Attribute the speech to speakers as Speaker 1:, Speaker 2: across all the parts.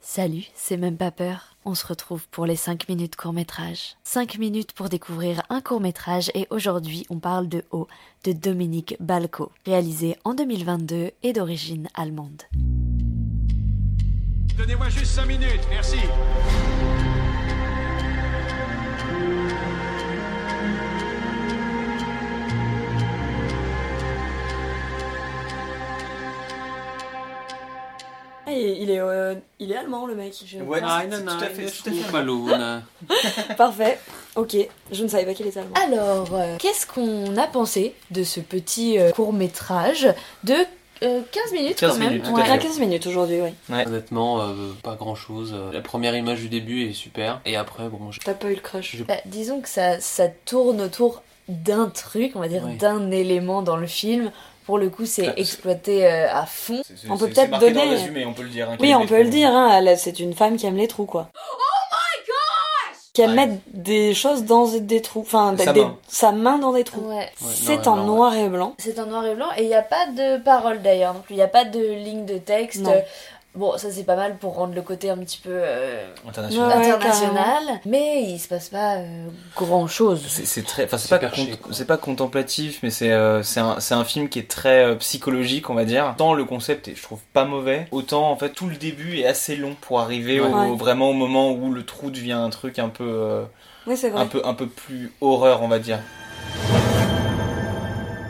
Speaker 1: Salut, c'est même pas peur. On se retrouve pour les 5 minutes court-métrage. 5 minutes pour découvrir un court-métrage et aujourd'hui on parle de Haut de Dominique Balco, réalisé en 2022 et d'origine allemande.
Speaker 2: Donnez-moi juste 5 minutes, merci.
Speaker 3: Ah, il, il est, euh, il est allemand le mec. Je-
Speaker 4: Ouais,
Speaker 5: Nein,
Speaker 4: c'est
Speaker 5: nein,
Speaker 4: tout à
Speaker 5: nein,
Speaker 4: fait,
Speaker 5: ich
Speaker 4: tout à fait.
Speaker 5: rufe Ballone.
Speaker 3: Parfait. Ok, je ne savais pas qu'il était
Speaker 4: Ah,
Speaker 3: allemand.
Speaker 1: Alors, euh, qu'est-ce qu'on a pensé de ce petit euh, court-métrage de euh, 15 minutes
Speaker 4: 15
Speaker 1: quand même
Speaker 4: minutes, tout à
Speaker 1: Ouais.
Speaker 3: On a
Speaker 4: fait.
Speaker 3: 15 minutes aujourd'hui, oui.
Speaker 5: Honnêtement, euh, pas grand chose. La première image du début est super. Et après, bon, j'ai-
Speaker 3: T'as pas eu le crush.
Speaker 1: Bah, disons que ça, ça tourne autour d'un truc, on va dire
Speaker 5: Ouais.
Speaker 1: d'un élément dans le film. Pour le coup, c'est
Speaker 4: Ah, c'est-
Speaker 1: exploité euh, à fond.
Speaker 4: C'est- c'est-
Speaker 3: On peut
Speaker 4: c'est-
Speaker 3: peut-être
Speaker 4: c'est marqué dans le
Speaker 3: donner-
Speaker 4: résumé, on peut le dire. hein,
Speaker 3: Oui,
Speaker 4: qu'elle
Speaker 3: on
Speaker 4: est
Speaker 3: peut le
Speaker 4: belle.
Speaker 3: dire, hein, elle, c'est une femme qui aime les trous, quoi. Oh my gosh Qui aime
Speaker 4: Ouais.
Speaker 3: mettre des choses dans des trous. Enfin,
Speaker 4: Sa
Speaker 3: des-
Speaker 4: main.
Speaker 3: sa main dans des trous.
Speaker 1: Ouais.
Speaker 5: Ouais,
Speaker 3: C'est
Speaker 5: non,
Speaker 3: en
Speaker 5: non,
Speaker 3: noir et blanc.
Speaker 1: C'est en noir et blanc et il n'y a pas de parole d'ailleurs non plus. Il n'y a pas de ligne de texte.
Speaker 3: Non.
Speaker 1: Bon, ça c'est pas mal pour rendre le côté un petit peu euh,
Speaker 4: International.
Speaker 3: Ouais,
Speaker 1: international, mais il se passe pas euh, grand chose.
Speaker 4: C'est c'est très, enfin
Speaker 5: C'est
Speaker 4: c'est pas
Speaker 5: perché,
Speaker 4: cont-
Speaker 5: quoi.
Speaker 4: c'est pas contemplatif, mais c'est euh, c'est un c'est un film qui est très euh, psychologique, on va dire. Tant le concept est, je trouve pas mauvais, autant en fait tout le début est assez long pour arriver au-
Speaker 3: Ouais.
Speaker 4: vraiment au moment où le trou devient un truc un peu euh,
Speaker 3: Oui, c'est
Speaker 4: un
Speaker 3: vrai.
Speaker 4: peu un peu plus horreur, on va dire.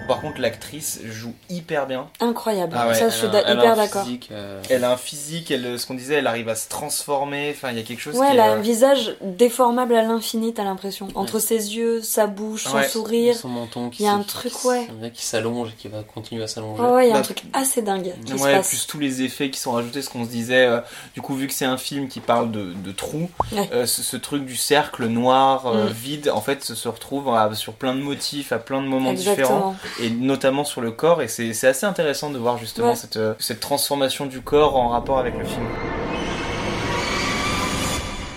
Speaker 4: Par contre, l'actrice joue hyper bien.
Speaker 3: Incroyable.
Speaker 4: Ah ouais,
Speaker 3: Ça, Euh, je suis
Speaker 5: Elle a-
Speaker 3: d'a-
Speaker 5: elle a
Speaker 3: hyper
Speaker 5: un
Speaker 3: d'accord.
Speaker 5: physique, euh,
Speaker 4: Elle a un physique, elle, ce qu'on disait, elle arrive à se transformer. Enfin, il y a quelque chose.
Speaker 3: Ouais,
Speaker 4: qui
Speaker 3: elle
Speaker 4: est,
Speaker 3: a un
Speaker 4: euh,
Speaker 3: visage déformable à l'infini, t'as l'impression. Entre ses yeux, sa bouche, son
Speaker 4: Ouais.
Speaker 3: sourire.
Speaker 5: Son menton qui
Speaker 3: Il y a
Speaker 5: se-
Speaker 3: un truc, ouais. Oh.
Speaker 5: On dirait qu'il s'allonge et qui va continuer à s'allonger.
Speaker 3: Ouais, Ah ouais, il y a un
Speaker 4: Bah,
Speaker 3: truc assez dingue qui se
Speaker 4: ouais,
Speaker 3: passe.
Speaker 4: plus tous les effets qui sont rajoutés, ce qu'on se disait. euh, du coup, vu que c'est un film qui parle de, de trous,
Speaker 3: Ouais.
Speaker 4: euh, ce, ce truc du cercle noir, euh,
Speaker 1: Mm.
Speaker 4: vide, en fait, se, se retrouve à- sur plein de motifs, à plein de moments différents,
Speaker 3: Exactement.
Speaker 4: et notamment sur le corps. Et c'est c'est assez intéressant de voir justement
Speaker 3: Ouais.
Speaker 4: cette, euh, cette transformation du corps en rapport avec le film.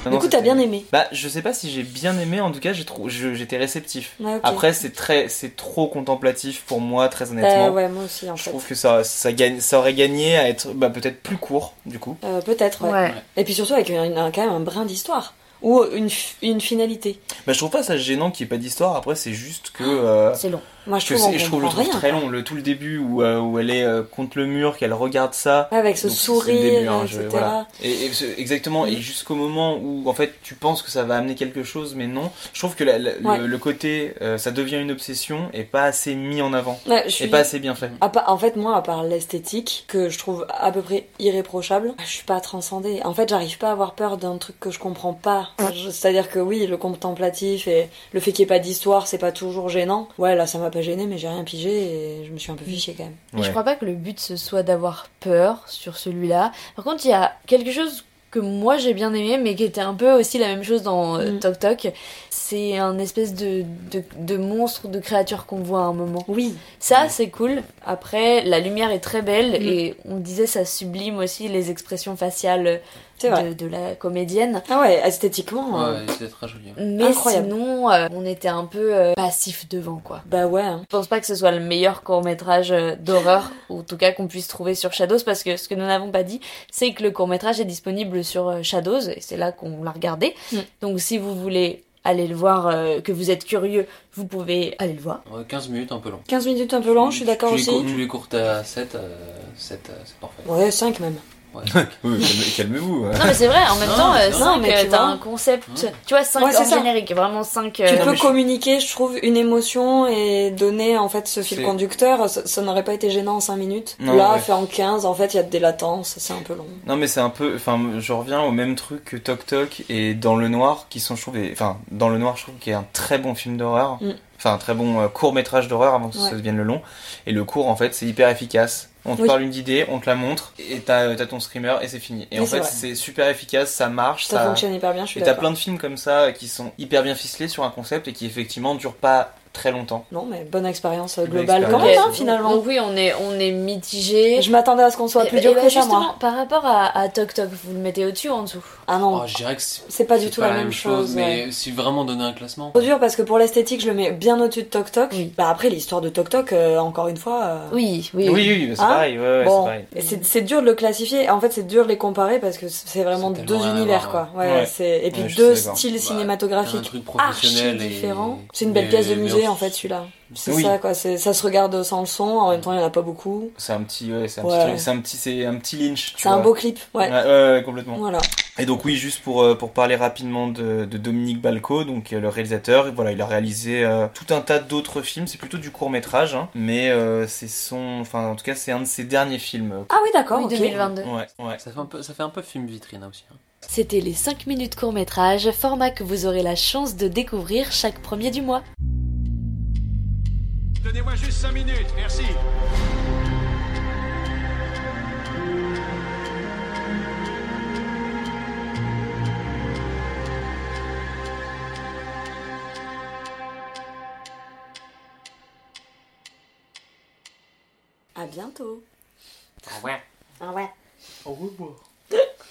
Speaker 4: Ah Non,
Speaker 3: Du
Speaker 4: non,
Speaker 3: coup, t'as
Speaker 4: c'était-
Speaker 3: bien aimé.
Speaker 4: Bah, je sais pas si j'ai bien aimé, en tout cas, j'ai trou- je- j'étais réceptif.
Speaker 3: Ouais, ok.
Speaker 4: Après, c'est très, c'est trop contemplatif pour moi, très honnêtement.
Speaker 3: Euh, ouais, moi aussi, en
Speaker 4: Je
Speaker 3: fait.
Speaker 4: trouve que ça, ça, gagne, ça aurait gagné à être bah, peut-être plus court, du coup.
Speaker 3: Euh, Peut-être, ouais. Et puis surtout avec une- un- quand même un brin d'histoire. Ou une, f- une finalité.
Speaker 4: Bah, je trouve pas ça gênant qu'il n'y ait pas d'histoire. Après, c'est juste que. euh,
Speaker 1: C'est long.
Speaker 3: Moi, je
Speaker 4: que
Speaker 3: trouve, on
Speaker 4: c'est- je trouve le
Speaker 3: comprend
Speaker 4: truc
Speaker 3: rien.
Speaker 4: très long. Le, tout le début où, euh, où elle est euh, contre le mur, qu'elle regarde ça.
Speaker 3: Ouais, Avec ce
Speaker 4: Donc, c'est le
Speaker 3: sourire,
Speaker 4: début, hein, je-
Speaker 3: etc.
Speaker 4: voilà. Et, et ce- exactement,
Speaker 3: Mm.
Speaker 4: et jusqu'au moment où en fait tu penses que ça va amener quelque chose, mais non. Je trouve que la- la- le-
Speaker 3: Ouais.
Speaker 4: le, côté euh, ça devient une obsession et pas assez mis en avant.
Speaker 3: Ouais, je suis...
Speaker 4: Et pas assez bien fait.
Speaker 3: à part- en fait, moi, à part l'esthétique, que je trouve à peu près irréprochable, je suis pas transcendée. En fait, j'arrive pas à avoir peur d'un truc que je comprends pas. Je- C'est-à-dire que oui, le contemplatif et le fait qu'il n'y ait pas d'histoire, c'est pas toujours gênant. Ouais, là, ça m'a pas gêné, mais j'ai rien pigé et je me suis un peu fichée quand même.
Speaker 1: Et Je
Speaker 4: Ouais.
Speaker 1: crois pas que le but ce soit d'avoir peur sur celui-là. Par contre, il y a quelque chose que moi j'ai bien aimé, mais qui était un peu aussi la même chose dans euh,
Speaker 3: Mm.
Speaker 1: Tok Tok. C'est un espèce de, de, de monstre, de créature qu'on voit à un moment.
Speaker 3: Oui.
Speaker 1: Ça, c'est cool. Après, la lumière est très belle
Speaker 3: Mm.
Speaker 1: et on disait ça sublime aussi les expressions faciales
Speaker 3: C'est vrai.
Speaker 1: de, de la comédienne.
Speaker 3: Ah ouais, esthétiquement.
Speaker 5: Ouais,
Speaker 3: euh,
Speaker 5: ouais, c'est très joli. hein.
Speaker 1: Mais
Speaker 3: Incroyable.
Speaker 1: sinon, euh, on était un peu euh, passif devant quoi.
Speaker 3: Bah ouais. hein.
Speaker 1: Je pense pas que ce soit le meilleur court-métrage euh, d'horreur, ou en tout cas qu'on puisse trouver sur Shadows, parce que ce que nous n'avons pas dit, c'est que le court-métrage est disponible sur euh, Shadows, et c'est là qu'on l'a regardé.
Speaker 3: Mm.
Speaker 1: Donc si vous voulez aller le voir, euh, que vous êtes curieux, vous pouvez aller le voir.
Speaker 5: Ouais, 15 minutes, un peu long.
Speaker 3: 15 minutes un peu long, je suis d'accord
Speaker 5: Tu les
Speaker 3: aussi.
Speaker 5: cours- Tu les courtes à 7, euh, 7 euh, c'est parfait.
Speaker 3: Ouais, 5 même.
Speaker 5: Ouais.
Speaker 4: Oui, calme- calmez-vous. hein.
Speaker 1: Non mais c'est vrai, en même
Speaker 5: Non,
Speaker 1: temps,
Speaker 5: mais
Speaker 1: euh,
Speaker 5: non,
Speaker 1: cinq,
Speaker 3: mais
Speaker 1: euh,
Speaker 3: tu
Speaker 1: t'as
Speaker 3: vois.
Speaker 1: un concept, tu vois, 5
Speaker 3: Ouais, c'est
Speaker 1: en
Speaker 3: ça.
Speaker 1: générique, vraiment euh, 5...
Speaker 3: Tu
Speaker 4: non,
Speaker 3: peux
Speaker 4: mais je-
Speaker 3: communiquer, je trouve, une émotion et donner en fait ce
Speaker 4: C'est-
Speaker 3: fil conducteur. Ça, ça n'aurait pas été gênant en 5 minutes.
Speaker 4: Non,
Speaker 3: Là,
Speaker 4: ouais.
Speaker 3: fait en 15, en fait, il y a des latences, c'est un peu long.
Speaker 4: Non mais c'est un peu, enfin je reviens au même truc que Toc Toc et Dans le Noir qui sont je trouve, des- enfin Dans le Noir je trouve qu'il y a un très bon film d'horreur,
Speaker 3: Mm.
Speaker 4: enfin un très bon court métrage d'horreur avant que
Speaker 3: Ouais.
Speaker 4: ça devienne le long. Et le court en fait c'est hyper efficace. On te
Speaker 3: Oui.
Speaker 4: parle une idée, on te la montre et t'as as ton streamer et c'est fini. Et
Speaker 3: Oui,
Speaker 4: en
Speaker 3: c'est
Speaker 4: fait
Speaker 3: vrai.
Speaker 4: c'est super efficace, ça marche,
Speaker 3: Ça
Speaker 4: ça.
Speaker 3: fonctionne hyper bien, je suis
Speaker 4: Et t'as
Speaker 3: d'accord.
Speaker 4: plein de films comme ça qui sont hyper bien ficelés sur un concept et qui effectivement durent pas très longtemps.
Speaker 3: Non, mais bonne expérience euh,
Speaker 4: Bonne
Speaker 3: globale quand
Speaker 4: expérience.
Speaker 3: même, hein, finalement.
Speaker 1: Donc oui, on est, on est mitigé.
Speaker 3: Je m'attendais à ce qu'on soit
Speaker 1: Eh
Speaker 3: plus
Speaker 1: ben-
Speaker 3: dur
Speaker 1: eh ben
Speaker 3: que ça,
Speaker 1: justement,
Speaker 3: moi.
Speaker 1: par rapport à, à Toc Toc, vous le mettez au-dessus ou en dessous
Speaker 3: Ah non,
Speaker 5: Oh, je dirais que c'est
Speaker 3: c'est pas du
Speaker 5: c'est
Speaker 3: tout la même chose. ouais.
Speaker 5: mais si vraiment donner un classement.
Speaker 3: Trop dur parce que pour l'esthétique, je le mets bien au-dessus de Toc Toc.
Speaker 1: Oui.
Speaker 3: Bah après, l'histoire de Toc Toc, euh, encore une fois. euh,
Speaker 1: Oui,
Speaker 4: Oui, oui, oui, c'est
Speaker 3: Hein
Speaker 4: pareil. ouais, ouais, c'est
Speaker 3: Bon,
Speaker 4: pareil.
Speaker 3: et c'est c'est dur de le classifier. En fait, c'est dur de les comparer parce que c'est vraiment
Speaker 5: C'est
Speaker 3: deux
Speaker 5: tellement hein. rien à
Speaker 3: univers,
Speaker 5: voir,
Speaker 3: quoi. Ouais,
Speaker 4: Ouais.
Speaker 3: c'est- Et puis
Speaker 4: Ouais, je suis
Speaker 3: deux
Speaker 4: d'accord.
Speaker 3: styles
Speaker 5: Bah, Un
Speaker 3: cinématographiques
Speaker 5: truc
Speaker 3: archi
Speaker 5: professionnel et-
Speaker 3: différents. C'est une belle
Speaker 5: mais-
Speaker 3: pièce de
Speaker 5: mais
Speaker 3: musée,
Speaker 5: on-
Speaker 3: en fait, celui-là. C'est
Speaker 4: Oui.
Speaker 3: ça, quoi. c'est- Ça se regarde sans le son. En même temps, il n'y en a pas beaucoup.
Speaker 4: C'est un petit, ouais, c'est un
Speaker 3: Ouais.
Speaker 4: petit truc, c'est un petit, c'est un petit Lynch. tu
Speaker 3: C'est un
Speaker 4: vois.
Speaker 3: beau clip, ouais.
Speaker 4: Ouais, ouais, ouais, complètement.
Speaker 3: Voilà.
Speaker 4: Et donc oui, juste pour, euh, pour parler rapidement de, de Dominique Balco, donc euh, le réalisateur, voilà, il a réalisé euh, tout un tas d'autres films, c'est plutôt du court métrage, mais euh, c'est son, enfin en tout cas c'est un de ses derniers films.
Speaker 3: Ah oui, d'accord.
Speaker 1: Oui,
Speaker 3: ok.
Speaker 1: 2022.
Speaker 4: Ouais, ouais.
Speaker 5: Ça fait un peu, ça fait un peu film vitrine hein, aussi. hein.
Speaker 1: C'était les 5 minutes court-métrage, format que vous aurez la chance de découvrir chaque premier du mois.
Speaker 2: Donnez-moi juste 5 minutes, merci.
Speaker 3: À bientôt.
Speaker 5: Au revoir.
Speaker 3: Ah ouais.
Speaker 5: Au revoir.